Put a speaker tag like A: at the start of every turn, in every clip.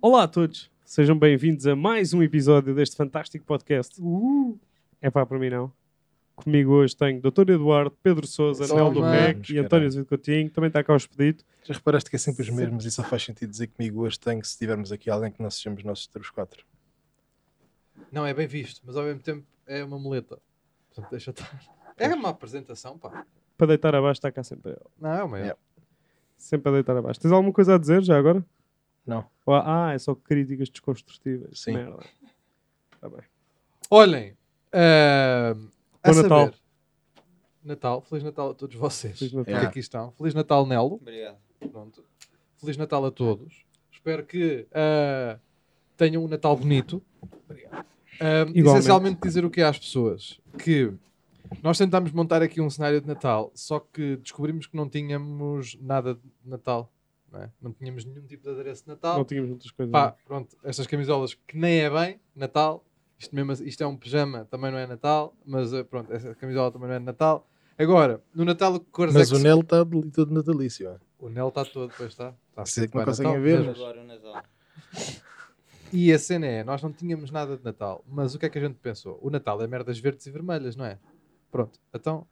A: Olá a todos, sejam bem-vindos a mais um episódio deste fantástico podcast. É pá, para mim não. Comigo hoje tenho Dr. Eduardo, Pedro Souza,
B: Olá,
A: Nel do
B: vamos,
A: Rec e
B: caralho.
A: António Zito Coutinho. Também está cá o expedito.
B: Já reparaste que é sempre os mesmos e só faz sentido dizer comigo hoje tenho se tivermos aqui alguém que não sejamos nós os quatro.
C: Não é bem visto, mas ao mesmo tempo é uma muleta. Portanto, deixa estar. É uma apresentação, pá.
A: Para deitar abaixo está cá sempre ele.
C: Não, é uma.
B: Yeah.
A: Sempre a deitar abaixo. Tens alguma coisa a dizer já agora?
B: Não.
A: Ou, ah, é só críticas desconstrutivas.
B: Sim.
A: Merda. Está bem.
C: Olhem. ah, a
A: Bom
C: saber-
A: Natal.
C: Natal. Feliz Natal a todos vocês.
A: Feliz
C: que
A: Natal.
B: Yeah.
C: aqui estão. Feliz Natal, Nelo.
D: Obrigado.
C: Pronto. Feliz Natal a todos. Espero que ah, tenham um Natal bonito. Obrigado.
A: Igualmente.
C: essencialmente dizer o que é às pessoas. Que nós tentámos montar aqui um cenário de Natal, só que descobrimos que não tínhamos nada de Natal. Não, é? Não tínhamos nenhum tipo de adereço de
A: Não
C: Natal.
A: tínhamos muitas coisas.
C: Pá, pronto, estas camisolas que nem é bem, Natal. Isto, mesmo, assim- isto é um pijama, também não é Natal, mas eh, pronto, essa camisola também não é de Natal. Agora, no Natal, que cores é
B: Mas
C: que
B: o
C: se-
B: Nelo está de todo natalício. ó.
C: o Nel está todo, depois está. Está
B: Vocês é que não
C: Vai,
B: conseguem
C: Natal,
B: ver,
D: Eu
C: mesmo.
D: adoro o Natal.
C: E a cena é, nós não tínhamos nada de Natal, mas o que é que a gente pensou? O Natal é merdas verdes e vermelhas, não é? Pronto, então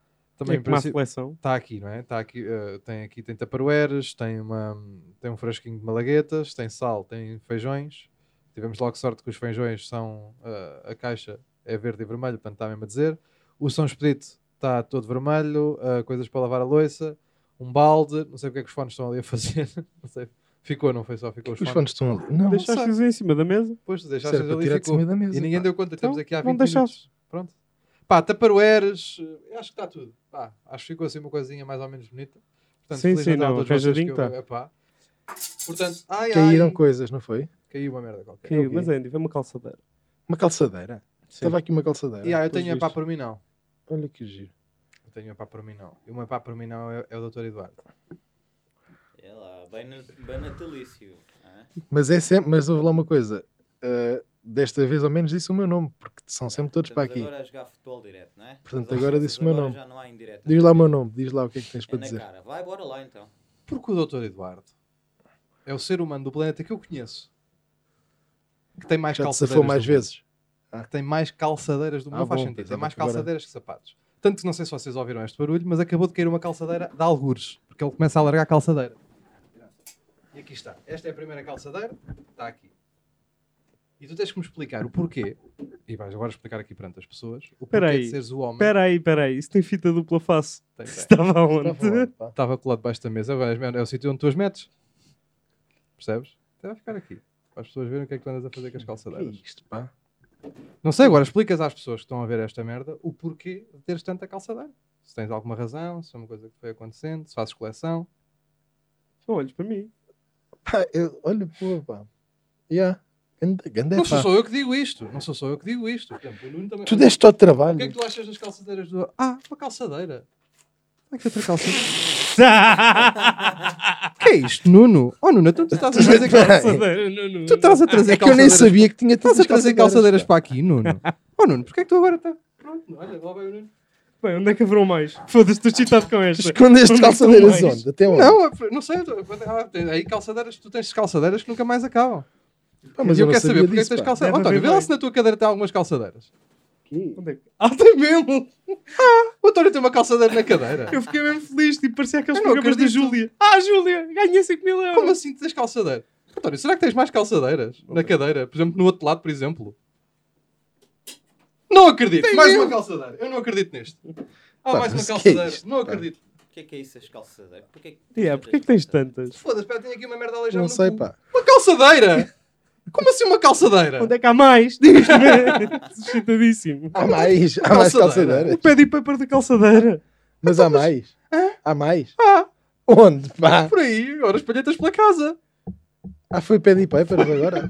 A: também
C: também em
A: é como a
C: princípio-
A: seleção.
C: está aqui, não é? Está aqui, eh, tem aqui, tem taparoeiras, tem, uma, tem um frasquinho de malaguetas, tem sal, tem feijões. Tivemos logo sorte que os feijões são, eh, a caixa é verde e vermelho, portanto está mesmo a dizer. O São Expedito está todo vermelho, eh, coisas para lavar a louça, um balde, não sei porque é que os fones estão ali a fazer, não sei. Ficou, não foi só, ficou os,
B: Os
C: fones.
B: fones estão ali. Não,
C: Deixa-
A: Deixaste-os em cima da mesa?
C: Depois
B: isso
C: deixaste
B: era para
C: ali,
B: tirar de
C: ficou.
B: cima da mesa.
C: E ninguém deu conta,
A: Então,
C: estamos aqui há
A: não
C: 20 minutos.
A: deixaste.
C: Pronto. Pá, taparoeiras, eh, acho que está tudo. Pá, acho que ficou assim uma coisinha mais ou menos bonita. Portanto,
A: Sim,
C: feliz
A: sim,
C: Natal a
A: não,
C: todos vocês
A: arranjadinho
C: que eu-
A: tá.
C: epá. Portanto, ai,
B: Caíram
C: ai,
B: coisas, não foi?
C: caiu uma merda qualquer.
A: Caiu,
B: ok.
A: Mas é, Andy, foi uma calçadeira.
B: Uma calçadeira. Estava aqui uma
A: é,
B: calçadeira.
C: E ai, eu
B: pelos
C: tenho epá
B: vistos.
C: por mim não.
B: Olha que giro.
C: Eu tenho epá por mim não. E uma epá por mim não é, é o Dr. Eduardo.
D: É lá, bem, na- bem natalício. hã?
B: Mas é sempre, mas vou lá uma coisa. Uh, desta vez ao menos disse o meu nome, porque são sempre todos para
D: Estamos
B: aqui.
D: agora a jogar futebol direto, não é?
B: Portanto,
D: Mas,
B: agora
D: olha,
B: disse o meu
D: agora
B: nome.
D: Já não há indireta.
B: Diz lá o meu nome, diz lá o que é que tens
D: É
B: para
D: na
B: dizer.
D: cara. Vai, bora lá então.
C: Porque o Dr. Eduardo é o ser humano do planeta que eu conheço que tem mais
B: Já te
C: calçadeiras.
B: safou
C: do
B: mais
C: mundo.
B: vezes.
C: que tem mais calçadeiras do mundo.
B: Ah,
C: não faz
B: bom,
C: sentido. Tem
B: pensava
C: mais
B: que agora-
C: calçadeiras que sapatos. Tanto que não sei se vocês ouviram este barulho, mas acabou de cair uma calçadeira de algures, porque ele começa a largar a calçadeira. E aqui está. Esta é a primeira calçadeira, está aqui. E tu tens que me explicar o porquê, e vais agora explicar aqui perante as pessoas, o porquê
A: Espera aí.
C: de seres o homem.
A: Espera aí, espera aí. Isso tem fita dupla face.
C: Tem, tem.
A: Estava onde?
C: Estava colado debaixo da mesa, vai, é o sítio onde tu as metes. Percebes? Então vai ficar aqui, para as pessoas verem o que é que tu andas a fazer com as
B: O que
C: calçadeiras.
B: é isto, pá?
C: Não sei, agora explicas às pessoas que estão a ver esta merda o porquê de teres tanta calçadeira. Se tens alguma razão, se é uma coisa que foi acontecendo, se fazes coleção.
A: Não olhes para mim.
B: Pá, eu- olha, pô, pá. Yeah. Ganda, ganda é
C: não
B: pá.
C: sou só eu que digo isto. Não sou só eu que digo isto. Por exemplo, o Nuno também-
B: Tu deste ao
C: O
B: trabalho.
C: que é que tu achas das calçadeiras do. Ah, uma calçadeira. Como é que foi para calçadeira? que é isto, Nuno? Oh, Nuno, então tu estás a trazer calçadeiras.
A: Calçadeira, não, não.
C: Tu estás a trazer
B: É que eu nem
C: calçadeiras-
B: sabia que tinha
C: Estás a trazer calçadeiras
B: pá.
C: para aqui, Nuno. Oh, Nuno, porquê é que tu agora estás. Pronto, olha, lá vai o Nuno.
A: Bem, onde é que haverão mais? Foda-se, estou excitado com esta.
B: Escondeste
A: Onde é que estão
B: calçadeiras
A: mais?
B: onde? Até onde?
C: Não, é- não sei. ah, tem- Aí calçadeiras, tu tens calçadeiras que nunca mais acabam.
B: Pá, Ah, mas
C: e eu,
B: eu, não
C: quero
B: sabia
C: saber porque é que
B: disso,
C: tens
B: pá.
C: calçadeiras.
A: Deve
C: António,
A: haver
C: vê lá
A: bem.
C: se na tua cadeira tem algumas calçadeiras.
A: Onde é que- Ah, tem mesmo!
C: Ah, O António tem uma calçadeira na cadeira.
A: Eu fiquei mesmo feliz, tipo, parecia aqueles
C: Eu não
A: programas da
C: acredito.
A: Júlia. Ah, Júlia, ganhei 5 mil euros!
C: Como assim tens calçadeira? António, será que tens mais calçadeiras na cadeira? Por exemplo, no outro lado, por exemplo. Não acredito.
A: Tem
C: mais
A: mesmo.
C: uma calçadeira. Eu não acredito neste. Ah,
B: Pá,
C: mais uma
B: mas que é
C: calçadeira.
B: isto,
C: não
B: pá?
C: acredito.
D: O que é que é isso, as calçadeiras? Porquê que
A: Yeah, é, porquê que tens tantas?
C: Foda-se, pera, tenho aqui uma merda aleijada
B: Não
C: no
B: sei,
C: cu.
B: pá.
C: Uma calçadeira? Como assim uma calçadeira?
A: Onde é que há mais? Diz-me! Excitadíssimo.
C: Ah,
B: Há mais, há mais
C: Calçadeira.
B: calçadeiras.
A: O pé paper da calçadeira.
B: Mas há mais. Há mais.
C: Ah,
B: Onde, pá?
C: por aí, agora as palhetas pela casa.
B: Ah, foi Paddy Papers agora?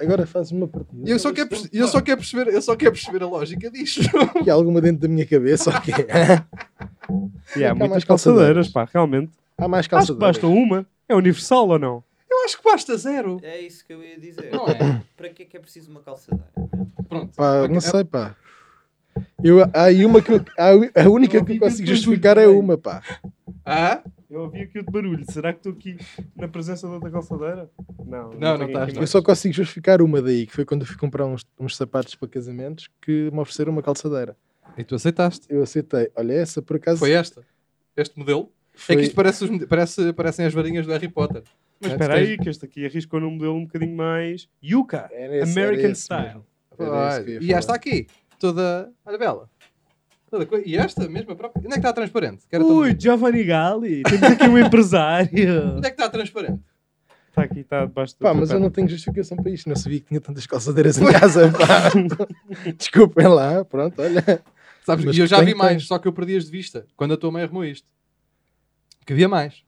B: Agora fazes uma partida.
C: E eu só quero,
B: um
C: perce- eu só quero perceber, eu só quero perceber a lógica disto.
B: Que há alguma dentro da minha cabeça, ok?
A: E há muitas calçadeiras,
B: mais calçadeiras.
A: pá, realmente.
B: Há mais
A: Acho que
B: calçadeiras.
A: basta uma. É universal ou não?
C: Eu acho que basta zero.
D: É isso que eu ia dizer.
C: Não é?
D: Para que é que é preciso uma calçadeira?
C: Pronto.
B: Pá, não sei, pá. Eu, há aí uma que eu, há u- a única
A: Não
B: que eu
A: digas
B: consigo
A: tudo
B: justificar é
A: bem.
B: uma, pá.
C: Ah?
A: Eu ouvi aqui outro barulho. Será que estou aqui na presença de outra calçadeira? Não,
C: Não, não
A: tenho
C: estás,
A: aqui
C: não.
B: Eu
A: mais.
B: só consigo justificar uma daí, que foi quando eu fui comprar uns, uns sapatos para casamentos que me ofereceram uma calçadeira.
C: E tu aceitaste.
B: Eu aceitei. Olha, essa por acaso
A: é
C: Foi esta. Este modelo.
B: foi-
C: É que isto parece, os mode- parece- parecem as varinhas do Harry Potter.
A: Mas
C: É,
A: espera
C: tens-
A: aí, que este aqui arriscou num modelo um bocadinho mais. Yuka!
B: Era esse- era
A: American
B: esse
A: Style.
B: mesmo. Era esse que eu ia
C: e esta
B: falar.
C: aqui. Toda. Olha bela. Toda coi- E esta mesma própria. Onde é que está a transparente? Que era tão
A: Ui,
C: bonito.
A: Giovanni Gali! Temos aqui um empresário!
C: Onde é que está a transparente?
A: Está Tá aqui, está debaixo do
B: Pá, mas eu não tenho justificação para isto. Não sabia que tinha tantas calçadeiras em casa. pá. Desculpem lá. Pronto, olha.
C: Sabes,
B: Mas
C: e eu
B: que
C: já
B: tem,
C: vi
B: tem.
C: mais, só que eu perdi as de vista quando a tua mãe arrumou isto. Que havia mais.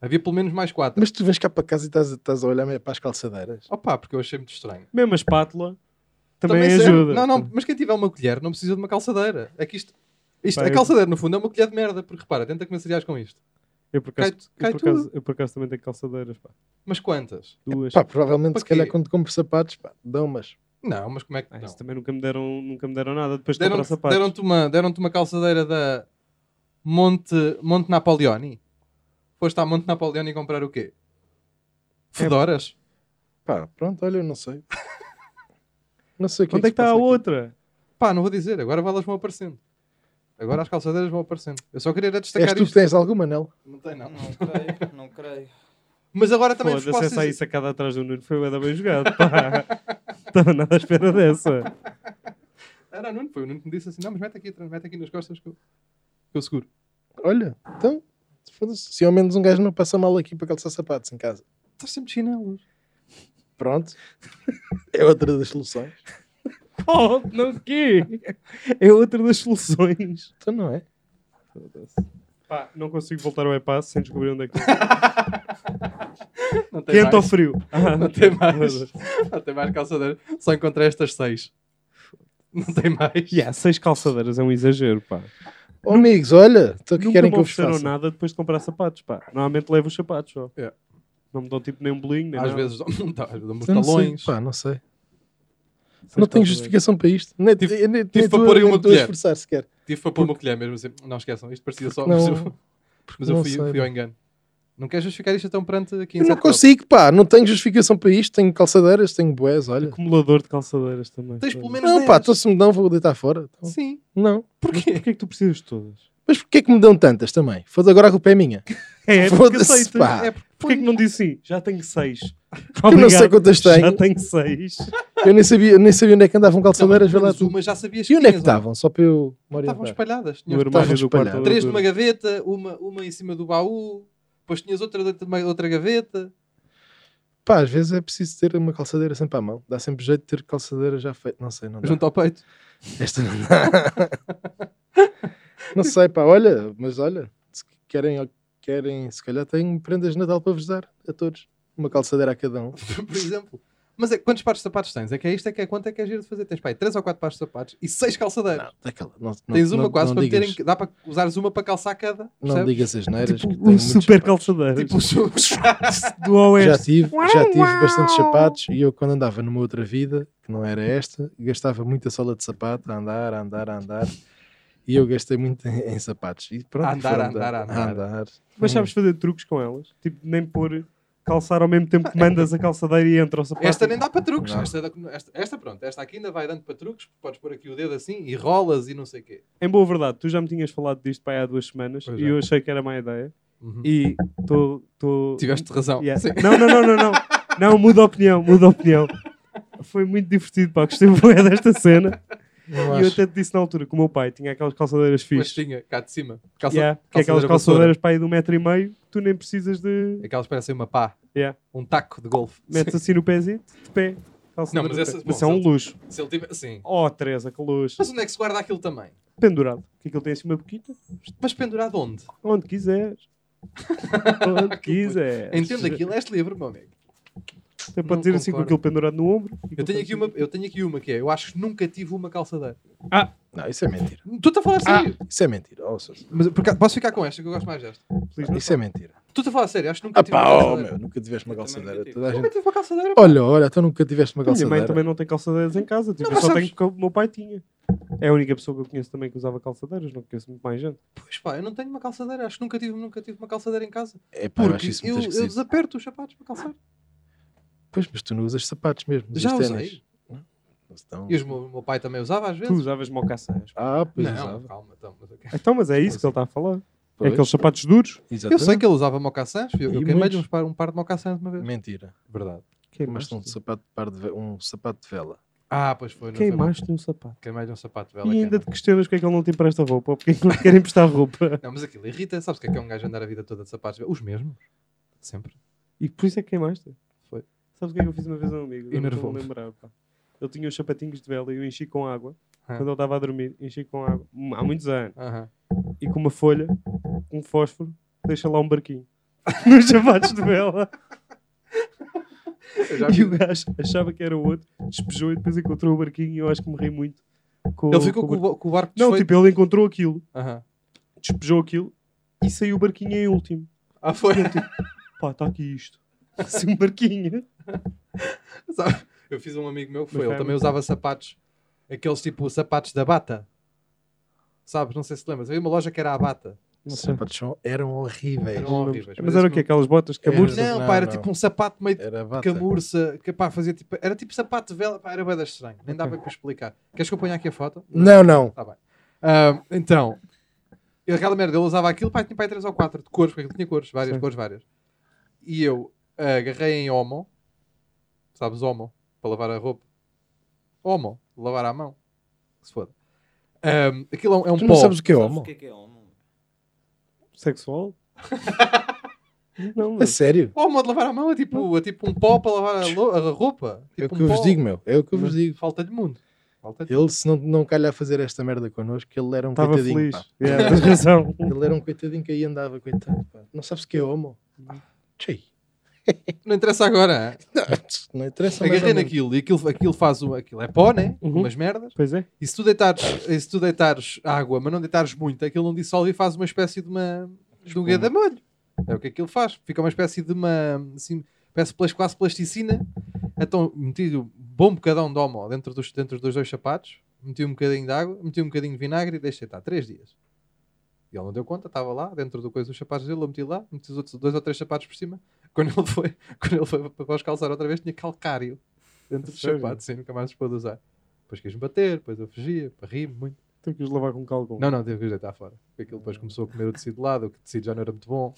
C: Havia pelo menos mais quatro.
B: Mas tu vens cá para casa e estás, estás a olhar para as calçadeiras.
C: Opa, porque eu achei muito estranho.
A: Mesmo a espátula também,
C: serve.
A: ajuda.
C: Não, não, mas quem tiver uma colher não precisa de uma calçadeira. É que isto. isto
A: Pá,
C: a
A: eu-
C: calçadeira, no fundo, é uma colher de merda, porque repara, tenta comer cereais com isto.
A: Eu por acaso,
C: Cai- cai
A: eu, por acaso, eu por acaso também tenho calçadeiras, pá.
C: Mas quantas?
A: Duas.
B: Pá, provavelmente,
C: Para
B: se calhar,
C: quê?
B: quando compro sapatos, pá, dão mas
C: Não, mas como é que.
A: Ah,
C: não.
A: isso também nunca me deram, nunca me deram nada depois de
C: Deram-
A: comprar
C: Deram-te
A: sapatos.
C: uma, deram uma calçadeira da Monte, Monte Napoleoni. Foste à Monte Napoleoni comprar o quê?
A: É.
C: Fedoras?
B: Pá, pronto, olha, eu não sei. Não sei o que
A: Onde é que
B: se
A: está a
B: passa aqui.
A: outra?
C: Pá, não vou dizer, agora elas vão aparecendo. Agora as calçadeiras vão aparecendo. Eu só queria era
B: És
C: destacar
B: tu que
C: isto.
B: tens alguma nela?
C: Não tem, não.
D: Não creio, não creio.
B: É
C: Mas agora também vos
A: Foda-se,
C: posso
A: essa aí
C: dizer...
A: sacada atrás do Nuno foi bué da bem jogado, pá. Estava nada à espera dessa.
C: Ah, não, Nuno, foi o Nuno que me disse assim, não, mas mete aqui atrás, mete aqui nas costas que eu, que eu seguro.
B: Olha, então, foda-se. Se ao menos um gajo não passa mal aqui para calçar sapatos em casa.
C: Estás sempre de chinelos.
B: Pronto. É outra das soluções.
A: Oh, não quê? É outra das soluções.
B: Então não é?
A: Pá, não consigo voltar ao iPass sem descobrir onde é que
C: Não tem
A: Quente ou
C: mais.
A: frio? Ah,
C: Não tem mais. Não tem mais calçadeiras. Só encontrei estas seis. Não tem mais.
A: Yeah, seis calçadeiras é um exagero, pá.
B: Ó, amigos, olha, então o que
A: Nunca
B: querem
A: me
B: que eu vos
A: ofereceram
B: faça? É.
A: nada depois de comprar sapatos, pá. Normalmente levo os sapatos só.
C: Yeah.
A: Não me dão tipo nem um bolinho, nem
C: Às
A: nada.
C: vezes dão-me dão-me os
B: Eu não sei,
C: talões.
B: Pá, não sei.
A: Seis
B: Não tenho
A: calçadeiras.
B: justificação para isto. Nem,
C: Tive-
B: nem, nem,
C: tive
B: nem
C: para
B: tu-
C: pôr aí
B: nem
C: uma
B: tu a
C: colher.
B: esforçar sequer.
C: Tive para pôr uma colher mesmo assim. Não esqueçam, isto parecia só.
B: Não,
C: mas eu, mas eu
B: não
C: fui,
B: sei,
C: fui ao engano. Não queres justificar isto então perante aqui em
B: Eu não
C: Sete Copos?
B: consigo, pá. Não tenho justificação para isto. Tenho calçadeiras, tenho boés, olha.
A: Acumulador de calçadeiras também.
C: Tens pelo menos.
B: Não,
C: dez.
B: pá, então se me dão, vou deitar fora. Então,
C: Sim.
B: Não.
C: Porquê?
A: Porquê é que tu precisas de todas?
B: Mas porquê é que me dão tantas também? Foda-se, agora a culpa é minha.
A: É, porque
B: Foda-se,
A: aceitas.
B: pá.
C: É porque
A: Porquê é que não disse sim? Já tenho seis.
B: Eu não sei
A: Obrigado.
B: quantas
A: Já
B: tenho.
A: tenho seis.
B: Eu nem sabia, nem sabia onde é que andavam
C: Não,
B: calçadeiras.
C: mas
B: vê lá
C: menos
B: tu.
C: uma já sabias
B: E onde é que
C: tinhas, ó.
B: estavam? Só para eu me
C: Estavam
B: orientar.
C: espalhadas.
A: No
B: tá
C: Tinhas
A: armário do quarto
B: espalhadas.
A: da
C: três
A: Dura.
C: numa gaveta, uma, uma em cima do baú, depois tinhas outra dentro de uma outra gaveta.
B: Pá, às vezes é preciso ter uma calçadeira sempre à mão. Dá sempre jeito de ter calçadeira já feita. Não sei, não dá.
C: Junto ao peito.
B: Esta não dá. não sei, pá, olha, mas olha, se querem, querem, se calhar tenho prendas de Natal para vos dar a todos. Uma calçadeira a cada um.
C: por exemplo. Mas é, quantos pares de sapatos tens? É que é isto, é que é quanto é que é giro de fazer? Tens pai, três ou quatro pares de sapatos e seis calçadeiras.
B: Não, daquela. Não, não-
C: tens uma
B: não-
C: quase
B: não
C: para
B: digas,
C: meterem. Dá para usares uma para calçar cada.
B: Não
C: percebes?
B: digas as neiras. que
A: Tipo,
B: tenho
A: um
B: muitos
A: super
B: sapatos.
A: calçadeiras.
C: Tipo,
A: do
B: Já
A: Oeste.
B: tive, já tive
A: Uau,
B: bastantes
A: uau.
B: sapatos e eu quando andava numa outra vida, que não era esta, gastava muita sola de sapato a andar, a andar, a andar. E eu gastei muito em, em sapatos. E pronto,
C: A andar,
B: foram
C: a andar, a andar.
A: Mas sabes fazer truques com elas? Tipo, nem pôr calçar ao mesmo tempo que mandas a calçadeira e entra o sapato.
C: Esta nem dá para truques.
B: Não.
C: Esta, dá- esta, esta, pronto, esta aqui ainda vai dando para truques. Podes pôr aqui o dedo assim e rolas e não sei o quê.
A: Em boa verdade, tu já me tinhas falado disto pá, há duas semanas
C: Pois
A: e
C: é. Uhum.
A: eu achei que era má ideia. E
C: E
A: estou. Tô...
C: tiveste razão.
A: Yeah.
C: Sim.
A: Não, não, não, não, não. Não, muda a opinião, muda a opinião. Foi muito divertido, pá. Gostei bué desta cena.
B: Não
A: E eu
B: acho.
A: até te disse na altura que o meu pai tinha aquelas calçadeiras
C: Mas
A: fixas.
C: tinha cá de cima. Calça,
A: Yeah, que é aquelas
C: calçadeira
A: calçadeiras para aí de um metro e meio que tu nem precisas de.
C: vassoura. Aquelas parecem uma pá.
A: Yeah.
C: Um taco de golfe.
A: Metes assim no pezinho, de pé. calçadeira
C: Não, mas
A: de
C: essas-
A: pé.
C: bom,
A: Mas é um
C: se-
A: luxo.
C: Se ele tiver... Sim.
A: Oh, Teresa, que luxo.
C: Mas onde é que se guarda aquilo também?
A: pendurado. O que é que ele tem assim uma boquita?
C: Mas pendurado onde?
A: Onde quiseres. Onde quiseres.
C: Entendo aquilo. És livre, meu amigo.
A: Até pode
C: Não
A: dizer assim com
C: concordo.
A: aquilo pendurado no ombro. e com
C: Eu tenho, aqui
A: aquilo
C: uma, eu tenho aqui uma que é, eu acho que nunca tive uma calçadeira.
B: Não, isso é mentira.
C: Tu a falar sério?
B: Isso é mentira. Oh, Sousa,
C: Mas por acaso- posso ficar com esta, que eu gosto mais desta.
A: feliz no-
B: isso é mentira.
C: Tu a falar sério, acho que nunca
B: Ah
C: tive uma
B: pá, oh,
C: calçadeira.
B: meu, nunca tiveste uma
D: Eu também nunca
B: calçadeira.
D: tive.
B: Toda a
C: Nunca
B: gente...
C: tive uma calçadeira. pá.
B: Olha, olha, então nunca tiveste uma
A: Minha mãe
B: calçadeira.
A: também não tem calçadeiras em casa. Tipo,
C: Não,
A: eu
C: mas
A: só
C: sabes-
A: tenho o que o meu pai tinha. É a única pessoa que eu conheço também que usava calçadeiras, não conheço muito mais gente.
C: Pois pá, eu não tenho uma calçadeira, acho que nunca tive, nunca tive uma calçadeira em casa.
B: É pá, eu
C: Porque
B: acho isso
C: eu,
B: muito
C: eu
B: esquisito.
C: desaperto os sapatos para calçar.
B: Pois, mas tu não usas sapatos mesmo. usas
C: Já
B: ténis.
C: usei.
B: Não? Então-
C: E os meu, meu pai também usava às
A: Tu
C: vezes.
A: usavas mocassins.
B: Ah, pois
C: não,
B: usava.
C: calma, então, mas eu quero-
A: Então, mas é isso que ele está a falar. É
B: Pois,
A: aqueles sapatos duros.
C: Eu
B: exatamente.
C: sei que ele usava mocassins, eu, eu
B: Tá E
C: queimei-lhe
B: muitos.
C: uns par, um par de mocassins uma vez.
B: Mentira.
C: Verdade.
B: Mas
A: Queimaste
B: um sapato, de par de ve- um sapato de vela.
C: Ah, pois foi. não foi
A: Queimaste um sapato.
C: bom. Queimei-lhe um sapato de vela.
A: E ainda
C: queimei.
A: te questionas porque é que ele não te empresta roupa ou porque é que não te quer emprestar roupa.
C: Não, mas aquilo irrita. Sabes o que é que é um gajo andar a vida toda de sapatos? de vela? Os mesmos. Sempre.
A: E por isso é que queimaste.
C: Foi.
A: Sabes o que é que eu fiz uma vez a um amigo? Agora não estou a
C: Enervou-me.
A: lembrar. pá. Ele tinha uns sapatinhos de vela e eu enchi com água.
C: Ah.
A: Quando ele estava a dormir, enchi com água. Hum, Há muitos anos.
C: Aham.
A: E com uma folha, com um fósforo, deixa lá um barquinho. Nos sapatos de vela.
C: Eu já
A: E
C: vi-
A: o gajo achava que era o outro, despejou e depois encontrou o barquinho e eu acho que morri muito. com-
C: Ele ficou
A: com
C: Tipo, com,
A: o
C: o- com o barco
A: barquinho. Não,
C: desfeito.
A: tipo, ele encontrou aquilo,
C: Aham.
A: despejou aquilo e saiu o barquinho em último. tipo,
C: Ah, foi.
A: Pá, está aqui isto. Assim, um barquinho.
C: Sabe, Eu fiz um amigo meu que foi,
A: Mas
C: ele
A: foi
C: também usava sapatos, aqueles tipo sapatos da bata. Sabes? Não sei se te lembras. Havia uma loja que era a bata.
A: Não
B: Os
C: é
A: sei.
B: sapatos são- eram horríveis.
C: Eram horríveis.
A: Mas era o quê? Aquelas botas
C: É.
A: de
B: Era-
A: camurça?
C: Não,
B: Não,
C: pá, era
B: não.
C: tipo um sapato meio de
B: Era bata.
C: camurça, que pá, fazia tipo, era tipo sapato de vela, pá, era bem estranho, nem dava para explicar. Queres que eu ponha aqui a foto?
B: Não, não.
C: Tá Ahm, então, eu, aquela merda, eu usava aquilo, pá, tinha pá, 3 ou 4 de cores, porque aquilo tinha cores, várias
A: Sim.
C: cores, várias. E eu ah, agarrei em Omo, sabes Omo, para lavar a roupa. Omo, lavar à mão, que se foda. Ahm, aquilo é um, é um
B: Tu
C: pó.
B: não sabes o que é
D: Sabes
B: homo?
D: o que é que é homo?
A: Sexual? não,
B: A
A: mas...
B: sério?
C: Omo de lavar à mão é tipo, é tipo um pó para lavar a, lo- a roupa.
B: É o
C: Tipo
B: que
C: um
B: eu vos
C: pó.
B: digo, meu. É o que eu vos digo.
C: Falta-lhe mundo. Falta-lhe
B: Ele, se não, não calha a fazer esta merda connosco, ele era um
A: Estava
B: coitadinho.
A: Assim, feliz.
B: pá.
A: Yeah, tens razão.
B: Ele era um coitadinho que aí andava, coitado. pá. Não sabes o que é homo? Tchei.
C: Não interessa agora. hein?
B: Não, tch, não interessa. mais
C: Agarrei
B: ou menos.
C: naquilo e aquilo, aquilo faz o, aquilo é pó, né?
A: Uhum.
C: Umas merdas.
A: Pois é.
C: E se tu deitares, e se tu deitares água, mas não deitares muito, aquilo não dissolve e faz uma espécie de uma de um guedamolho. É o que aquilo faz. Fica uma espécie de uma assim, parece plas- quase plasticina. Então meti um bom bocadão de homo dentro dos, dentro dos dois sapatos, meti um bocadinho de água, meti um bocadinho de vinagre e deixei estar três dias. E ele não deu conta, estava lá, dentro do coisa dos sapatos dele, eu meti lá, meti os outros dois ou três sapatos por cima. Quando ele foi, quando ele foi para os calçar outra vez, tinha calcário dentro dos
A: Sério?
C: sapatos, sim, nunca mais os pôde usar. Depois quis-me bater, depois eu fugia, ri muito.
A: Tu quis lavar com calcão.
C: Não, não, teve que os deitar fora. Porque aquilo depois começou a comer o tecido de lado, o que tecido já não era muito bom,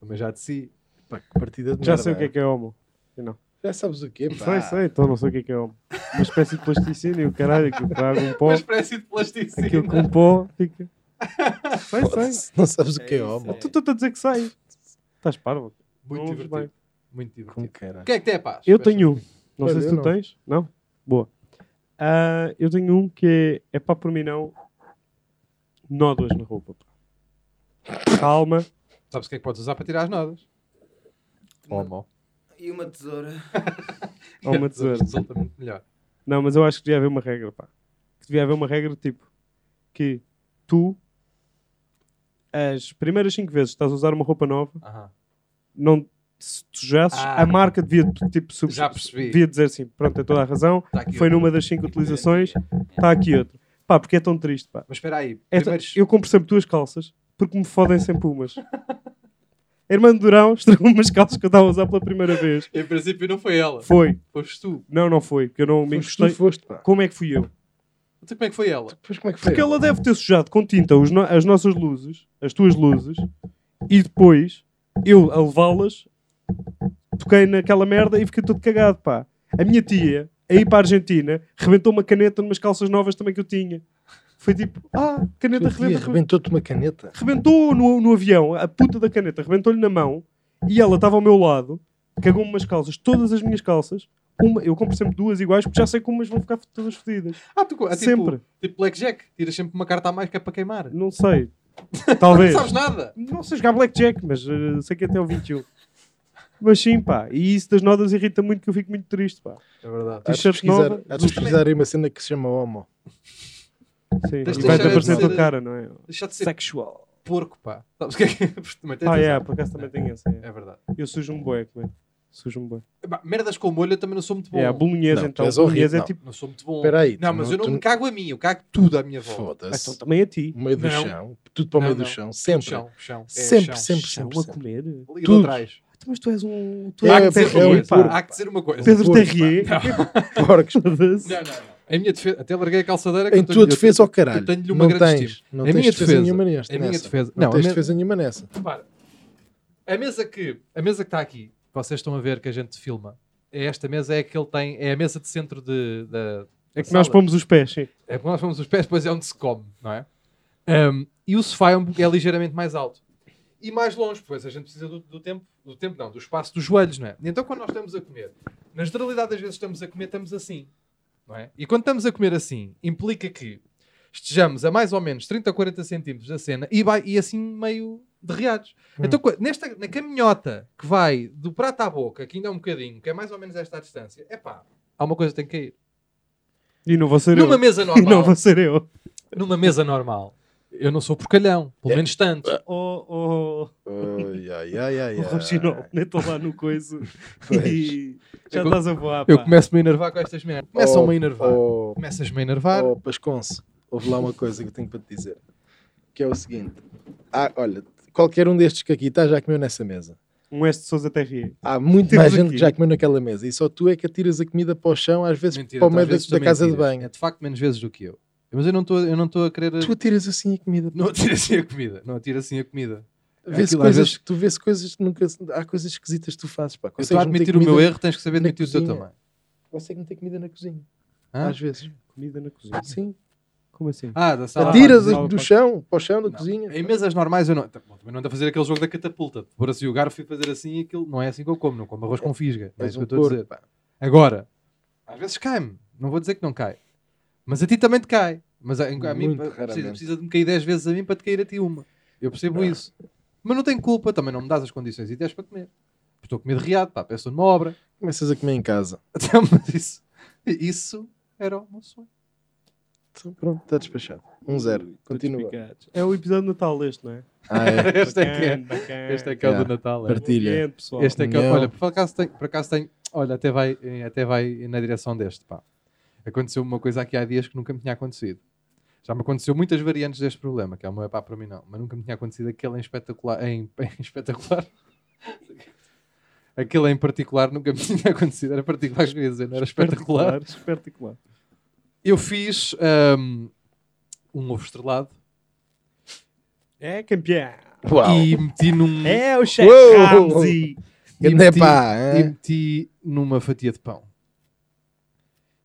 C: também já de si.
B: Pá, que partida de
A: Já
B: merda,
A: sei o que é que é homo.
B: Já sabes o que é, pá.
A: Sei, sei. Então não sei o que é que é homo. Uma espécie de plasticina e o caralho que traga um pó.
C: Uma espécie de plasticina.
A: Aquilo com um pó fica. Sei, sei.
B: Foda-se, Não sabes o
D: É
B: que é
D: isso,
B: homo.
D: é.
A: Tu estás a dizer que sei. Estás parvo.
C: Muito
A: Vamos
C: divertido.
A: bem.
C: Muito
B: Com um
C: divertido.
B: cara.
C: O que é que tem a paz?
A: Eu tenho um. Não
B: Olha,
A: sei se
B: eu
A: tu
B: não.
A: tens. Não? Boa. Ah, eu tenho um que é, é pá, por mim não. Nódoas na roupa. pá. Calma.
C: Sabes o que é que podes usar para tirar as nodas? Homo.
D: E uma tesoura.
A: Ou uma tesoura.
C: Resulta muito melhor.
A: Não, mas eu acho que devia haver uma regra, pá. Que devia haver uma regra tipo que tu as primeiras 5 vezes que estás a usar uma roupa nova,
C: Aham.
A: não se sujasses,
C: Ah.
A: a marca devia tipo sub-
C: Já percebi.
A: devia dizer assim, pronto, tem toda a razão,
C: Tá aqui
A: foi
C: outro.
A: numa das 5 utilizações, está aqui outro. Pá, porque é tão triste, pá.
C: Mas espera aí.
A: É tão-
C: Primeiros...
A: Eu compro sempre duas calças porque me fodem sempre umas. A irmã de Durão estragou umas calças que eu estava a usar pela primeira vez.
C: Em princípio não foi ela.
A: Foi.
C: Foste tu.
A: Não, não foi, porque eu não me
B: Foste tu,
A: encostei.
B: foste, pá.
A: Como é que fui eu?
C: Então como é que foi ela?
B: Depois como é que foi?
A: Porque ela deve ter sujado com tinta os no- as nossas luzes, as tuas luzes, e depois eu a levá-las, toquei naquela merda e fiquei todo cagado, pá. A minha tia, a ir para a Argentina, rebentou uma caneta numas calças novas também que eu tinha. Foi tipo, ah, caneta
B: Tua tia
A: rebenta, rebenta.
B: Arrebentou-te uma caneta.
A: Rebentou no, no avião, a puta da caneta, rebentou-lhe na mão, e ela estava ao meu lado, cagou-me umas calças, todas as minhas calças. Uma, eu compro sempre duas iguais, porque já sei que umas vão ficar todas fodidas.
C: Ah, tu... ah, tipo,
A: Sempre.
C: Tipo blackjack. Tiras sempre uma carta a mais que é para queimar.
A: Não é. sei. Talvez.
C: Não sabes nada.
A: Não sei jogar blackjack, mas eh, sei que até o 21. Mas sim, pá. E isso das notas irrita muito que eu fico muito triste, pá.
C: É verdade.
B: Há de
A: T-shirt
B: pesquisar-
A: nova,
B: há de pesquisar aí uma cena que se chama homo.
A: Sim.
C: Tens
B: de
A: E vai-te
B: deixar
A: aparecer a
B: de
A: tua
C: ser-
A: cara, não é?
C: Deixa de ser
A: Sexual.
C: porco, pá. Sabes o que é que... Também tens
A: Ah, é,
C: razão.
A: por acaso também tenho essa. é.
C: É verdade.
A: Eu sujo um bué, como é? Sujo-me bem.
C: Epá, Merdas com molho eu também não sou muito bom.
A: É, a bolonhesa
B: Não, tu
A: então. A
B: és horrível,
A: bolonhesa é
B: não.
A: tipo...
C: Não sou muito bom.
B: Espera aí.
C: não,
B: tu
C: mas eu não
B: tu
C: me cago a mim, eu cago tudo à minha volta.
A: Ah, então
B: Foda-se.
A: também a ti.
B: Meio do
C: Não.
B: chão. Tudo para o
C: Não,
B: meio do
C: não.
B: chão. Sempre.
C: Chão, chão. É,
B: Sempre,
C: chão.
B: sempre,
A: Chão
B: sempre.
A: um a
B: sempre.
A: comer.
C: E
B: Tudo.
C: de trás.
A: Ah, Mas tu és um... Tu
B: É,
C: Há que
A: és um
C: dizer uma
B: é um
A: Terrier,
C: coisa,
B: porco.
A: pá.
C: Há que dizer uma coisa.
A: Pedro
B: porco,
A: Terrier.
B: Porcos.
A: Foda-se.
C: Não, não, não. Em minha defesa, até larguei a calçadeira. que
B: Em
C: eu
B: tua
C: tenho-
B: defesa, ao caralho.
C: eu tenho-lhe uma
B: não
C: grande
B: tens,
C: estima. Em
B: Não tens
C: minha
B: defesa
C: defesa.
B: nenhuma nesta.
C: Em minha
B: nessa.
C: defesa.
B: Não,
C: Não,
B: tens
C: a minha-
B: defesa nenhuma nessa.
C: Repara, a mesa que a mesa que está aqui, que vocês estão a ver que a gente filma, é esta mesa é a que ele tem, é a mesa de centro de, da
A: É que nós
C: Sala.
A: pomos os pés, sim.
C: é porque nós fomos os pés, depois é onde se come, não é? Ahm, e o sofá é, um- é ligeiramente mais alto e mais longe, pois a gente precisa do, do tempo, do tempo não, do espaço dos joelhos, não é? E Então quando nós estamos a comer, na generalidade das vezes estamos a comer, estamos assim, não é? E quando estamos a comer assim, implica que estejamos a mais ou menos 30 ou 40 centímetros da cena e, vai, e assim meio derreados. Então, co- nesta, na caminhota que vai do prato à boca, que ainda é um bocadinho, que é mais ou menos esta a distância, é pá, há uma coisa que tem que cair.
A: E não vou ser eu.
C: Numa mesa
A: E
C: normal,
A: não vou ser eu.
C: numa mesa normal, eu não sou porcalhão,
B: É.
C: pelo menos tanto.
B: Ah,
A: Oh, oh,
B: Ai, ai, ai, ai,
A: oh,
B: ai.
A: Reginaldo, nem estou lá no coiso. e já
C: Eu
A: estás a voar, pá.
C: Eu começo-me a enervar com estas merdas. Começam-me a enervar.
B: Oh,
C: Começas-me a enervar.
B: Oh, Pasconce, houve lá uma coisa que eu tenho para te dizer. Que é o seguinte. Ah, olha, qualquer um destes que aqui está já comeu nessa mesa.
A: Um S de Sousa Terrier.
B: Há muita
A: Temos
B: mais gente
A: aqui.
B: que já comeu naquela mesa. E só tu é que atiras a comida para o chão, às vezes
C: Mentira,
B: para o
C: tu
B: meio
C: às
B: da,
C: vezes
B: da
C: também
B: casa de
C: tiras.
B: banho.
C: É de facto menos vezes do que eu. Mas eu não estou eu não estou a querer.
B: Tu atiras assim a comida.
C: Não atira assim a comida. Não atira assim a comida.
B: Vê-se
C: Aquilo às
B: coisas,
C: vezes-
B: tu vês coisas que nunca. Há coisas esquisitas que tu fazes. Pá.
C: Eu estou a
B: Consegues meter
C: admitir o meu
B: comida-
C: erro, tens que saber
B: na
C: admitir o teu
B: cozinha.
C: também.
B: Consegue meter comida na cozinha.
C: Hã?
B: Às vezes.
A: Comida na cozinha.
B: Sim.
A: Como assim?
C: Ah, da sala.
B: Atiras
A: lá, lá,
B: do
A: lá.
B: chão, para o chão, da
C: Não.
B: cozinha.
C: Em mesas normais eu não. Tá, bom, Também não ando a fazer aquele jogo da catapulta. Por assim o garfo e fazer assim aquilo. Não é assim que eu como, não como arroz com fisga. Não é
B: És
C: isso
B: um
C: que eu estou a dizer. Agora, às vezes cai-me. Não vou dizer que não cai. Mas a ti também te cai. Mas a, a mim
B: Muito
C: precisa,
B: raramente.
C: precisa de me cair 10 vezes a mim para te cair a ti uma. Eu percebo isso. Mas não tenho culpa, também não me dás as condições ideias para comer. Estou a comer de riado, pá, peço numa obra.
B: Começas a comer em casa.
C: Então, mas isso, isso era o meu sonho.
B: Então, pronto, está despachado. Um zero. Continua.
A: Despecados. É o episódio de Natal este, não é?
B: Ah, é.
C: Este é que é.
A: Bacana, bacana.
C: Este é que é o do
B: Yeah.
C: Natal. é.
B: Partilha.
A: Bom pessoal.
C: Este é que
B: Não.
C: olha, por acaso tem, por acaso tem, olha, até vai, eh, até vai na direção deste, pá. Aconteceu uma coisa aqui há dias que nunca me tinha acontecido. Já me aconteceu muitas variantes deste problema, que é uma pá para mim não, mas nunca me tinha acontecido aquele em espetacular, em, em espetacular. Aquele em particular nunca me tinha acontecido, era particular, que eu ia dizer, não era é espetacular.
A: Espetacular, espetacular.
C: Eu fiz ahm, um ovo estrelado
A: É campeão.
B: Uau.
C: e meti num
A: É o chefe
B: Uou!
A: Ramsey.
C: e é
B: Ganda
C: meti-
B: pá,
C: e
B: hein?
C: meti numa fatia de pão.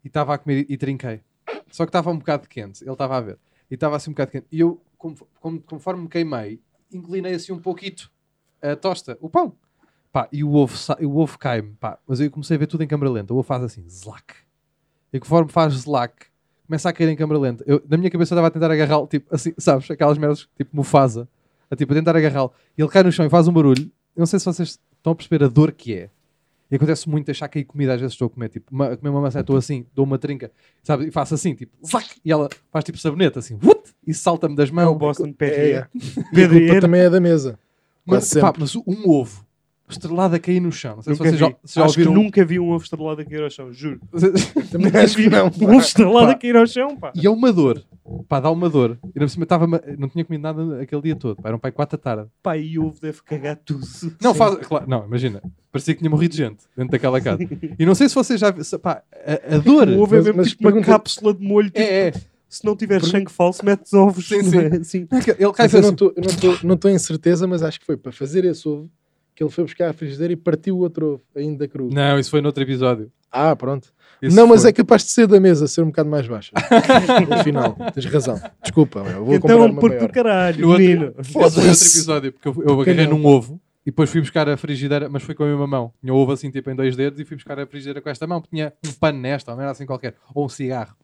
C: E estava a comer e trinquei. Só que estava um bocado quente. Ele estava a ver. E estava assim um bocado quente. E eu, com- com- conforme me queimei, inclinei assim um pouquito a tosta, o pão. Pá, e o ovo, sa- e o ovo cai-me. Pá. Mas eu comecei a ver tudo em câmera lenta. O ovo faz assim, zlac. E conforme faz zlac, começa a cair em câmera lenta. Eu, na minha cabeça eu estava a tentar agarrá-lo, tipo assim, sabes? Aquelas merdas, tipo Mufasa. A, tipo, a tentar agarrá-lo. E ele cai no chão e faz um barulho. Eu não sei se vocês estão a perceber a dor que é. E acontece muito deixar cair comida, às vezes estou a comer, tipo, uma- a comer uma maçã, estou assim, dou uma trinca, sabe? E faço assim, tipo, zac, e ela faz tipo sabonete, assim, what? E salta-me das
A: É
C: mãos.
A: o Boston
B: É,
A: Terrier.
B: é.
A: Pedro
B: Culpa
A: Herrera.
B: também é da mesa.
C: Mas,
B: Quase
C: pá,
B: sempre.
C: mas um ovo estrelado a cair no chão. Não sei
A: Nunca
C: se vocês já,
A: vi.
C: se já
A: Acho que
C: ouviram.
A: nunca vi um ovo estrelado a cair ao chão, juro.
B: Também acho que não.
A: Um ovo estrelado
C: Pá.
A: a cair ao chão, pá.
C: E é uma dor. Pá, dá uma dor. E na cima estava, não tinha comido nada aquele dia todo. Pá, era um pai 4 da tarde.
A: Pá, e ovo deve cagar tudo.
C: Não, faz, claro, não, imagina. Parecia que tinha morrido gente dentro daquela casa. E não sei se vocês já vi- se- pá, a, a dor.
A: O ovo é
B: Mas-
A: mesmo
B: mas
A: tipo uma
B: pergunta-
A: cápsula de molho. Tipo,
C: É, é.
A: se não tiver sangue falso, metes ovos.
C: Sim,
A: não é? Sim.
C: Não é que Ele cai
B: Mas eu
C: assim.
B: não estou- eu não estou- não estou em certeza, mas acho que foi para fazer esse ovo que ele foi buscar a frigideira e partiu o outro ovo, ainda cru.
C: Não, isso foi noutro episódio.
B: Ah, pronto.
C: Isso
B: não, mas
C: foi.
B: é capaz de ser da mesa, ser um bocado mais baixa. no final, tens razão. Desculpa, eu vou comprar
A: Então,
B: uma
A: por
B: maior.
A: do caralho,
C: No outro-
A: menino.
C: Esse foi outro
B: Foda-se.
C: episódio, porque eu, eu
B: Por que
C: agarrei
B: não?
C: num ovo e depois fui buscar a frigideira, mas foi com a mesma mão. Tinha o ovo assim, tipo, em dois dedos e fui buscar a frigideira com esta mão. porque Tinha um pano nesta, ou não era assim qualquer, ou um cigarro.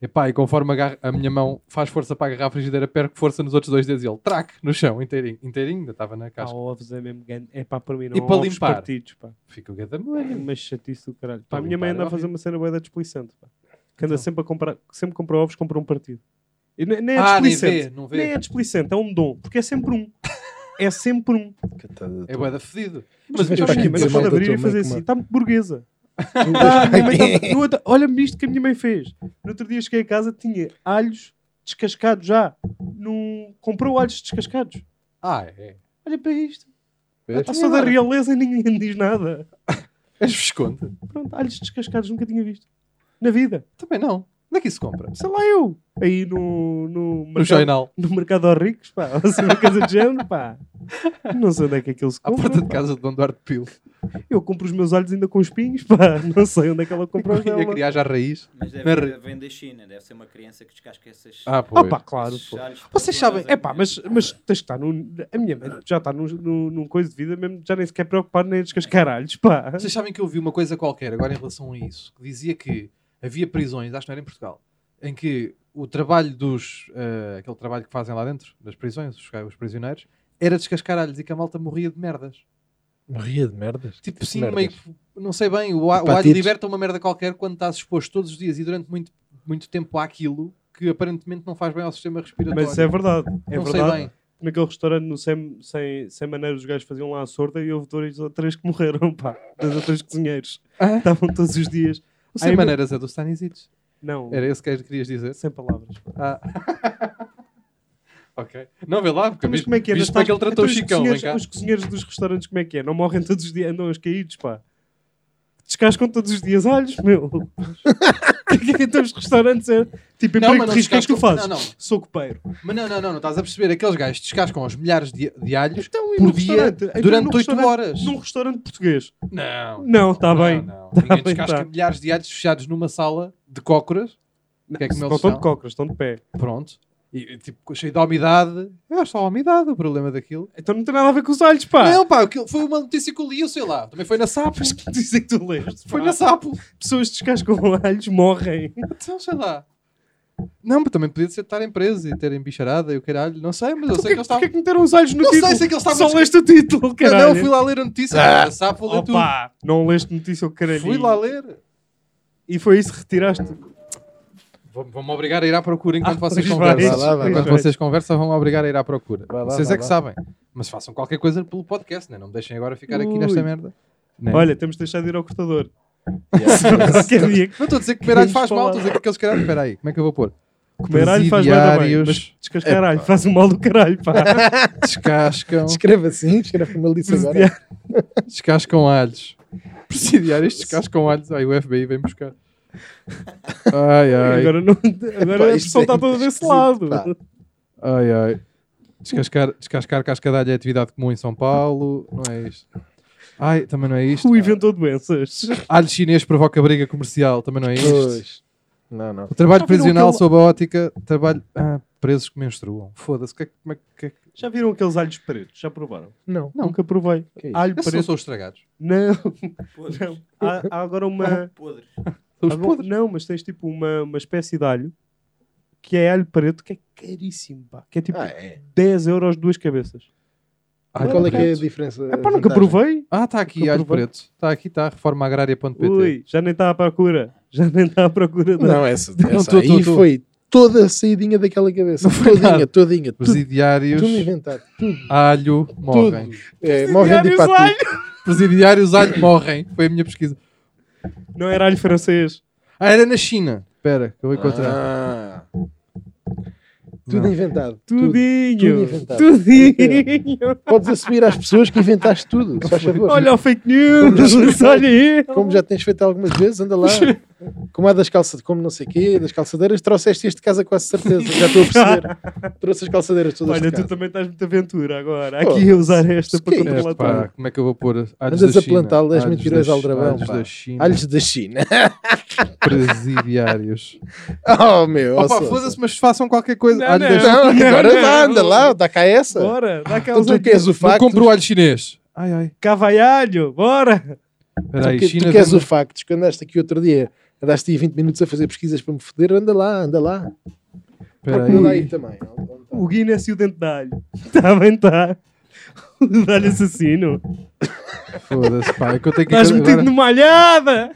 C: Epá, e conforme agarro- a minha mão faz força para agarrar a frigideira, perco força nos outros dois dedos e ele, traque, no chão, inteirinho. Inteirinho, ainda estava na
A: Pá,
C: casca.
A: ovos é mesmo grande. É pá, para mim não.
C: E
A: há
C: para
A: ovos
C: limpar?
A: partidos, pá.
C: Fica o gada
A: É
C: molho.
A: uma chatice do caralho. Pá, a
C: Para
A: minha mãe
C: limpar
A: anda
C: é
A: a fazer
C: horrível.
A: uma cena boeda displicente. Pá. Que anda
C: Então.
A: sempre a comprar, que sempre compra ovos, compra um partido. E ne- nem é
C: Ah, nem
A: displicente.
C: vê, não
A: Nem
C: vê.
A: é displicente, é um dom, porque é sempre um. é sempre um.
B: Catada
C: É
B: tua.
C: bué da fedido.
B: Mas vens
A: Eu
B: para aqui
A: vi, mas
B: dizer
A: eu
B: mal
A: pode
B: da
A: abrir
B: tua
A: e fazer
B: mãe,
A: assim.
B: como
A: Está-me burguesa.
B: é? Tu
A: Ah, minha mãe
B: vais-
A: tá- no outro- Olha-me isto que a minha mãe fez. No outro dia cheguei a casa, tinha alhos descascados já. Num... Comprou alhos descascados.
C: Ah, é.
A: Olha para isto.
C: Vês?
A: Eu sou da realeza e ninguém diz nada.
C: És visconde?
A: Pronto, alhos descascados nunca tinha visto. Na vida.
C: Também não. Onde é que isso compra?
A: Sei lá eu. Aí no... No,
C: No
A: mercado,
C: Joinal.
A: no mercado aos ricos, pá. Ou seja, uma coisa de género, pá. Não sei onde é que aquilo se
C: À
A: compra.
C: porta de
A: pá.
C: casa de Dom Duarte Pio.
A: Eu compro os meus alhos ainda com espinhos, pá. Não sei onde é que ela comprou os
C: Ia
A: dela.
C: criar já a raiz.
D: Mas
C: Na
D: deve,
C: re-
D: vem da China, deve ser uma criança que descasca essas.
C: Ah,
A: Ah,
C: pois.
A: pá, claro.
D: esses
A: pô.
D: alhos para
A: Vocês
D: todas
A: sabem,
D: as
A: é pá,
D: mulheres.
A: mas, mas tens de estar num. A minha mãe já está num, num, num coisa de vida mesmo, já nem sequer preocupado nem a descascar alhos, pá.
C: Vocês sabem que eu vi uma coisa qualquer agora em relação a isso, que dizia que havia prisões, acho que não era em Portugal, em que o trabalho dos. eh, aquele trabalho que fazem lá dentro, das prisões, os, os prisioneiros, era descascar alhos e que a malta morria de merdas.
B: Morria de merdas.
C: Tipo, sim,
B: merdas.
C: meio que. Não sei bem, o, a- o alho
B: Hepatites.
C: liberta é uma merda qualquer quando estás exposto todos os dias e durante muito, muito tempo àquilo que aparentemente não faz bem ao sistema respiratório.
A: Mas isso é verdade. É
C: não
A: verdade.
C: sei bem.
A: Naquele restaurante no sem, sem, sem maneira os gajos faziam lá a sorda e houve dois ou três que morreram, pá. Dois ou três cozinheiros.
C: Ah?
A: Estavam todos os dias.
C: O Sem
A: Ai, meu-
C: Maneiras é do Stanisic.
A: Não,
C: Era esse que querias dizer?
A: sem palavras. pá.
C: Ah. ok. Não, vê lá, porque
A: Mas
C: vi-
A: como é que é?
C: viste como é que ele tratou o Chicão, vem
A: Os
C: cá.
A: cozinheiros, os cozinheiros dos restaurantes, como é que é? Não morrem todos os dias, andam aos caídos, pá. Descascam todos os dias alhos, meu. O que é que então os restaurantes é? Tipo, emprego
C: Não, mas
A: de
C: não
A: risco, o que é que tu
C: descascam-
A: fazes?
C: não, não.
A: Sou copeiro.
C: Mas não, não, não, não estás a perceber. Aqueles gajos descascam aos milhares de, de alhos
A: Então,
C: por dia durante 8 horas.
A: Num restaurante português.
C: Não,
A: Não, está
C: não,
A: bem.
C: não.
A: Tá
C: Ninguém
A: bem,
C: descasca
A: tá.
C: milhares de alhos fechados numa sala de cócoras. O que é que
A: Se
C: eles
A: não estão de
C: são?
A: cócoras, estão de pé.
C: Pronto. E, e, tipo, cheio de umidade. É só a umidade o problema daquilo.
A: Então não tem nada a ver com os alhos, pá.
C: Não, pá, aquilo foi uma notícia que eu li, eu sei lá. Também foi na Sapo.
A: Mas que dizem que tu leste?
C: Foi
A: pá?
C: na Sapo.
A: Pessoas descascam alhos, morrem.
C: Então, sei lá. Não, mas também podia ser estarem presos e terem bicharada e o caralho. Não sei, mas eu sei que eles
A: Porquê
C: estavam.
A: é que meteram os alhos no
C: Não sei,
A: título?
C: sei que eles estavam
A: Só
C: a-
A: leste o título, caralho.
C: Não, fui lá ler a notícia. Ah, sapo, lê tudo.
A: Opa, não leste notícia o caralho.
C: Fui lá ler.
A: E foi isso que retiraste.
C: Vão-me obrigar a ir à procura enquanto
A: Ah,
C: vocês
A: pois
C: conversam.
B: vai, Vai lá, vai
C: enquanto
A: lá.
C: vocês conversam, vão-me obrigar a ir à procura.
B: Vai lá,
C: vocês
B: vai
C: é que
B: lá.
C: sabem. Mas façam qualquer coisa pelo podcast, né? não me deixem agora ficar aqui
A: Ui.
C: nesta merda.
B: É.
C: Né?
A: Olha, temos de deixar de ir ao cortador.
B: Yeah.
A: Qualquer dia
C: Não estou a dizer que comer alho
A: Queremos falar.
C: faz mal, estou a dizer que aqueles caralho. Espera aí, como é que eu vou pôr?
A: comer alho faz nada bem, mas
C: Presidiários.
A: descascar alho faz um mal do caralho, pá.
C: Descascam,
B: Escreve assim, escreve como ele disse agora.
A: Presidiário.
C: descascam alhos. Presidiários descascam alhos. Ai, o FBI vem buscar. Ai, ai.
A: Agora, não,
B: Pá,
A: agora a
B: isto
A: pessoa
B: é
A: está
B: muito
A: toda desse
B: esquisito,
A: lado.
B: pá.
C: Ai, ai. Descascar, descascar cascadalho é atividade comum em São Paulo. Não é isto. Ai, também não é isto.
A: O inventou doenças.
C: Alho chinês provoca briga comercial. Também não é isto.
B: Pois. um Não, não.
C: O trabalho
A: Já viram
C: prisional
A: aquele-
C: sob a ótica. Trabalho. Ah, presos que menstruam. Foda-se. que é que- como é que- que é que-
A: Já viram aqueles alhos pretos? Já provaram?
B: Não.
C: Não.
A: Nunca provei.
B: Que é isso?
A: Alho
C: Esses não
A: preto.
C: são os estragados.
A: Não,
D: Podres.
A: não. Há, há agora uma.
D: Podres.
C: São os
A: agora-
C: podres.
A: não, mas tens tipo uma, uma espécie de alho que é alho preto que é caríssimo, pá. Que é tipo
B: Ah, é.
A: 10 euros duas cabeças.
C: Alho
B: Qual é que é a
C: preto.
B: diferença?
A: É pá,
B: a
A: nunca
B: vantagem?
A: provei.
C: Ah, está aqui,
A: Nunca
C: alho
A: provei.
C: preto. Está aqui, tá, está. Reformaagrária.pt.
A: Ui, já nem está à procura. Já nem está à procura. da-
B: Não, essa,
C: Não,
B: essa
C: tu, tu,
B: aí
C: tu.
B: foi toda a saídinha daquela cabeça. Todinha, todinha. Tudo,
C: Presidiários.
B: tudo inventado. Tudo.
C: Alho morrem.
B: Tudo. É, morrem de
A: Diários
B: hepatite.
A: alho.
C: Presidiários alho morrem. Foi a minha pesquisa.
A: Não era alho francês.
C: Ah, era na China. Espera, que eu vou encontrar.
B: Ah.
C: Não.
B: Tudo inventado. Tudo.
A: Tudinho.
B: tudo inventado.
A: Tudinho.
B: Podes assumir às pessoas que inventaste tudo. Só favor.
A: Olha o fake news. Olha aí.
B: Como já tens feito algumas vezes, anda lá. Como há das calças, como não sei o quê, das calçadeiras, trouxeste este de casa quase certeza. Já estou a perceber. Trouxe as calçadeiras todas
A: Olha,
B: de
A: tu
B: casa.
A: também estás muita aventura agora.
B: Pô,
A: Aqui a usar esta
B: se
A: para
B: que é
C: É,
A: controlar
C: pá,
A: tudo.
C: como é que eu vou pôr as- alhos
B: Andas
C: da
B: a
C: China?
B: plantar alhos mentirosos
C: da-
B: ao dragão,
C: alhos
B: pá.
C: da China.
B: Alhos da China.
C: presidiários.
B: Oh, meu. ó
C: Opa,
B: só.
C: foda-se, mas façam qualquer coisa.
A: Não,
C: Alhos da
A: não.
C: China.
B: Não, agora
A: Não,
B: lá,
A: não.
B: anda lá, dá cá essa.
A: Bora, dá cá
B: Então
A: uns
B: tu queres o
C: Não
B: facto.
C: compro o alho chinês. Ai, ai.
A: cavaialho. Bora.
C: Espera aí,
B: tu, Então, que-
C: China...
B: tu queres
C: vem-
B: o facto que andaste aqui outro dia, andaste aí 20 minutos a fazer pesquisas para me foder, anda lá, anda lá.
C: Espera
B: Procura
C: aí.
B: aí também.
A: O Guinness e o dente de alho. Está bem, está. O de alho assassino.
C: Foda-se, pá. É que eu tenho que...
A: Estás metido
C: Agora...
A: numa alhada.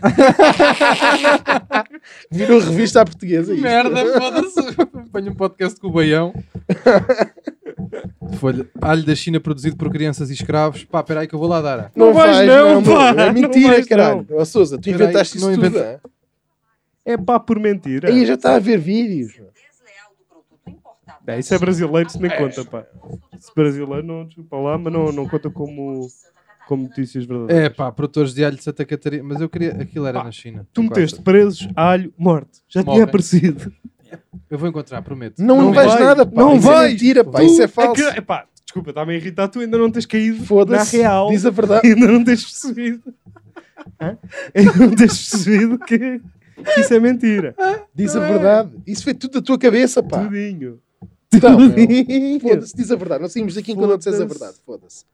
B: Virou é revista à portuguesa. isto.
C: Merda, foda-se. Ponho um podcast com o Baião. de folha. Alho da China produzido por crianças e escravos. Pá, peraí que eu vou lá dar. ah.
A: Não vais não,
B: meu.
A: pá,
B: É
A: não
B: mentira,
A: vais
B: caralho. Ó Sousa, tu
C: Espera aí,
B: inventaste
C: não
B: isso tudo,
C: inventa-
B: hã?
A: É pá por mentira.
B: Aí já está a ver vídeos. meu.
E: desleal do produto importado.
A: É, isso é brasileiro, isso nem
E: É.
A: conta, pá. Se brasileiro, não, desculpa lá, mas não, não conta como, como notícias verdadeiras.
C: É pá, produtores de alho de Santa Catarina. Mas eu queria. Aquilo era na China.
A: Tu
C: Enquanto.
A: meteste presos, alho, morte. Já tinha
C: Morrem.
A: aparecido.
C: Eu vou encontrar, prometo.
B: Não,
A: Não
B: vais
A: vai,
B: nada, pá.
A: não
B: isso é
A: vai.
B: mentira, pá.
A: Tu-
B: Isso é falso.
A: que- epá, desculpa, está-me a irritar. Tu ainda não tens caído na
B: Foda-se.
A: real.
B: Diz a verdade.
A: Ainda não tens percebido. Hã? Ainda não tens percebido que que isso é mentira.
B: Diz a verdade. Isso foi tudo da tua cabeça, pá.
A: Tudinho.
B: Então, meu,
A: Tudinho.
B: foda-se, diz a verdade. Não saímos daqui enquanto não disseres a
A: Foda-se.
B: verdade. Foda-se.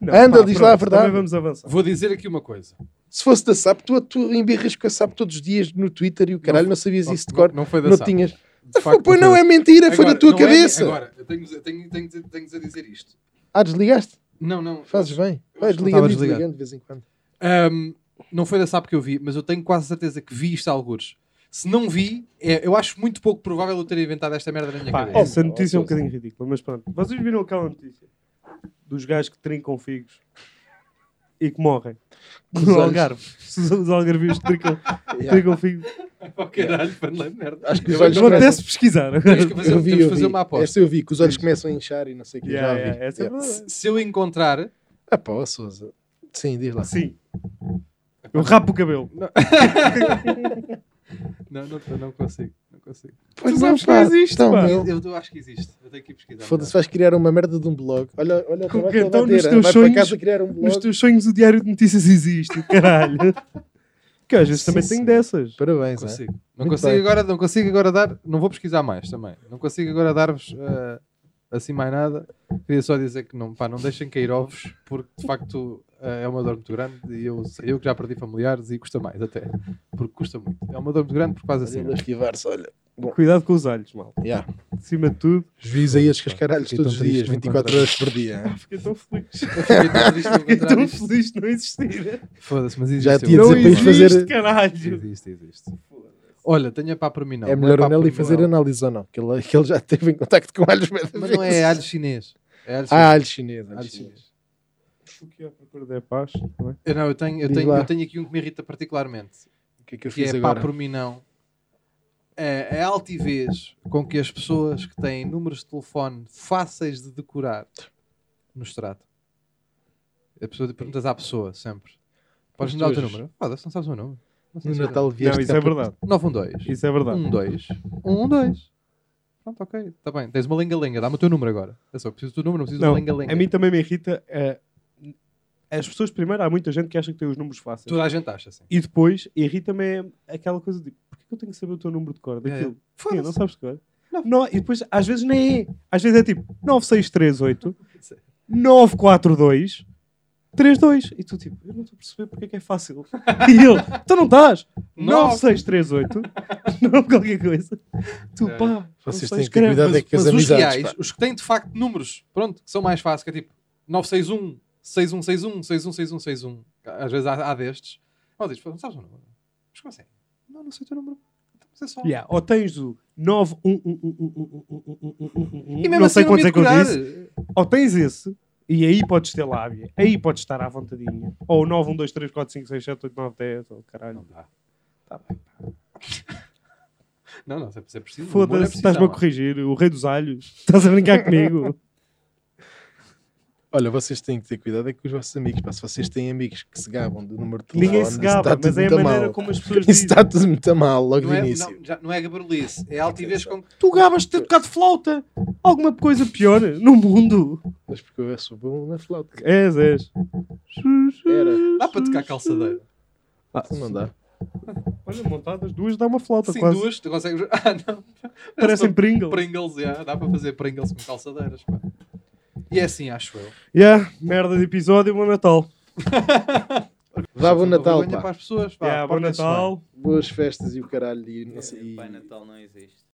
A: Não,
B: Anda, diz lá a
A: pronto,
B: verdade.
A: Também vamos avançar.
C: Vou dizer aqui uma coisa.
B: Se fosse da SAP, tu, tu embirras com a SAP todos os dias no Twitter e o caralho, não, sabias
C: Não-
B: isso de
C: não-
B: cor.
C: Não foi da
B: Não é
C: SAP.
B: tinhas.
C: De facto,
B: pois não
C: foi
B: é mentira, foi da
C: Agora,
B: tua
C: não é mi-
B: cabeça.
C: agora, eu tenho, tenho, tenho, tenho, tenho a dizer isto.
B: ah, desligaste?
C: Não, não.
B: Fazes bem.
C: Estava
B: Vai desligando e
C: desligado.
B: desligando de vez em quando.
C: Ahm, não foi da SAP que eu vi, mas eu tenho quase certeza que vi isto a algures. Se não vi, é- eu acho muito pouco provável eu ter inventado esta merda na minha
A: Pá,
C: cabeça.
A: essa
B: Oh,
A: notícia é um
B: Sousa.
A: bocadinho ridícula, mas pronto. Vocês viram aquela notícia dos gajos que trincam figos e que morrem?
B: Os
A: No
B: olhos.
A: Algarve. Os os algarvios trincam, trincam figos.
C: Oh, caralho, para merda.
B: Acho que os
C: Eu
B: olhos
A: Vou até
B: começam-
A: se pesquisar.
C: Temos que fazer,
B: Eu vi,
C: temos
B: eu
C: que fazer
B: vi.
C: uma aposta.
B: Essa eu vi, que os olhos começam a inchar e não sei o que.
A: Yeah,
B: já vi.
A: yeah, essa é
B: Yeah.
A: verdade.
C: Se eu encontrar.
B: Ah, pá, ó, Sousa. Sim, diz lá.
A: Sim. Eu rapo o cabelo.
C: Não, não, não consigo. Não consigo.
B: Pois
A: Tu
B: não,
A: sabes que
B: pá.
A: não existe,
B: Então,
A: pá.
B: meu,
C: Eu, eu acho que existe. Eu tenho que ir pesquisar.
B: Foda-se, vais criar uma merda de um blog. Olha, olha,
A: Com
B: trabalho
A: que
B: que ele vai
A: então nos
B: ter,
A: teus
B: vai
A: sonhos-
B: para casa criar um blog.
A: Nos teus sonhos o diário de notícias existe, caralho. que às vezes
B: Sim,
A: também
B: sim.
A: tenho dessas.
B: Parabéns,
C: Não
B: é?
C: consigo. Não
B: Muito
C: consigo,
B: bem.
C: agora, não consigo agora dar. Não vou pesquisar mais também. Não consigo agora dar-vos ah, assim mais nada. Queria só dizer que não, pá, não deixem cair ovos, porque de facto ah, é uma dor muito grande e eu, eu que já perdi familiares e custa mais até. Porque custa muito. É uma dor muito grande porque faz
B: Olha,
C: assim.
B: ele a esquivar-se, olha.
A: Cuidado com os olhos, mal.
B: Yeah.
A: Acima de tudo,
B: Juiz aí a cascaralhos
A: Então
C: Fiquei tão triste
B: todos os dias,
C: por
B: 24
C: encontrar.
B: horas por dia. É hein?
A: fiquei tão feliz.
C: Eu fiquei tão feliz de
A: Fiquei
C: encontrar
A: tão
C: isto.
A: feliz de não existir.
C: Foda-se, mas existe.
B: Já
C: eu
B: tinha
C: vou
A: Não
B: dizer para ir
A: existe,
C: pesquisar.
B: fazer-
A: caralho.
C: Existe, existe. Olha, tenha pá para mim não.
B: é
C: Não
B: melhor
C: pá
B: o Nelly
C: para mim,
B: fazer
C: não.
B: análise ou não? Que ele, que ele já esteve em contacto com alhos muitas
C: Mas não
B: vezes.
C: é alho chinês. É alho
B: Ah,
C: chinês.
B: alho chinês. Alho
C: Alho
B: chinês.
C: chinês.
A: O que é para perder a paz? não é?
C: Eu não, eu tenho, eu,
B: Diz
C: tenho,
B: lá.
C: eu tenho aqui um que me irrita particularmente.
B: O que é que eu
C: que
B: fiz
C: é pá
B: agora?
C: por mim não, é a altivez com que as pessoas que têm números de telefone fáceis de decorar nos tratam. A pessoa perguntas à pessoa sempre: Podes me dar o teu
B: Pois.
C: número? Foda-se, não sabes o meu número. Não sei
B: No
C: se eu-
B: Natal vieste
A: Não, isso é verdade.
C: 912.
A: Isso é verdade.
C: 12. 112. Pronto, ok. Está bem. Tens uma lenga-lenga. Dá-me o teu número agora. É só preciso do teu número, não preciso de
A: Não,
C: uma lenga-lenga.
B: É
A: a mim também me irrita. eh, as pessoas, primeiro, há muita gente que acha que tem os números fáceis.
C: Toda a gente acha assim.
A: E depois, irrita-me é aquela coisa de porquê que eu tenho que saber o teu número de cor daquilo? Sim, não
C: Foda-se.
A: sabes de cor? Não, e depois, às vezes nem é. Às vezes é tipo 9638 942 32. E tu tipo, eu não estou a perceber porque é que é fácil. E ele, tu não estás? 9638 não qualquer coisa. Tu
C: É.
A: pá,
B: Vocês
A: não sei
B: têm que ter
A: escrever.
B: cuidado é que as
C: Mas os
B: amizades.
C: reais,
B: pá.
C: os que têm de facto números, pronto, que são mais fáceis, que é tipo 961, 6161, 616161. Às vezes há, há destes. Não, diz, não sabes o número. Mas como assim? Não, não sei o teu número. Então, Mas é só.
A: Yeah, Ou tens o um, 9 1 1 1 1
C: E
A: 1
C: mesmo
A: não
C: assim
A: sei
C: eu não
A: quantos
C: me
A: é que eu
C: decorar.
A: disse. Ou tens esse, e aí podes ter lábia, aí podes estar à vontadinha. Ou um, 9, 1, 2, 3, 4, 5, 6, 7, 8, 9, 10, ou caralho.
C: Não dá. Tá bem. Não, não, se é preciso. o humor é
A: Foda-se,
C: preciso,
A: estás-me a
C: não.
A: corrigir, o rei dos alhos. Estás a brincar comigo?
B: Olha, vocês têm que ter cuidado é com os vossos amigos. Pá. Se vocês têm amigos que se gabam do número de telefone,
A: Ninguém se
B: isso
A: gaba,
B: está tudo
A: mas é a
B: muito
A: maneira
B: mal.
A: como as pessoas
B: Isso
A: dizem.
B: está tudo muito mal logo
C: Não
B: no
C: é,
B: início.
C: não, já, não é gabarulice, é altivez com.
A: Tu gabas de ter tocado flauta. Alguma coisa pior no mundo.
B: Mas porque eu sou bom na flauta.
A: És, és.
B: Era.
C: Dá para tocar calçadeira.
B: não dá.
A: Ah, Olha, montadas duas dá uma flauta
C: Sim,
A: quase.
C: duas, tu consegues. Ah, não.
A: Parecem Pringles.
C: Pringles, já. Dá para fazer Pringles com calçadeiras, pá. E é assim, acho eu.
A: Yeah, merda de episódio, bom Natal.
B: Vá, bom Natal,
C: Vergonha
B: pá.
C: para as pessoas, pá.
A: Yeah, bom
C: Portem-se bem.
A: Natal.
C: É,
B: Boas festas e o caralho. E não sei.
D: Pai Natal não existe.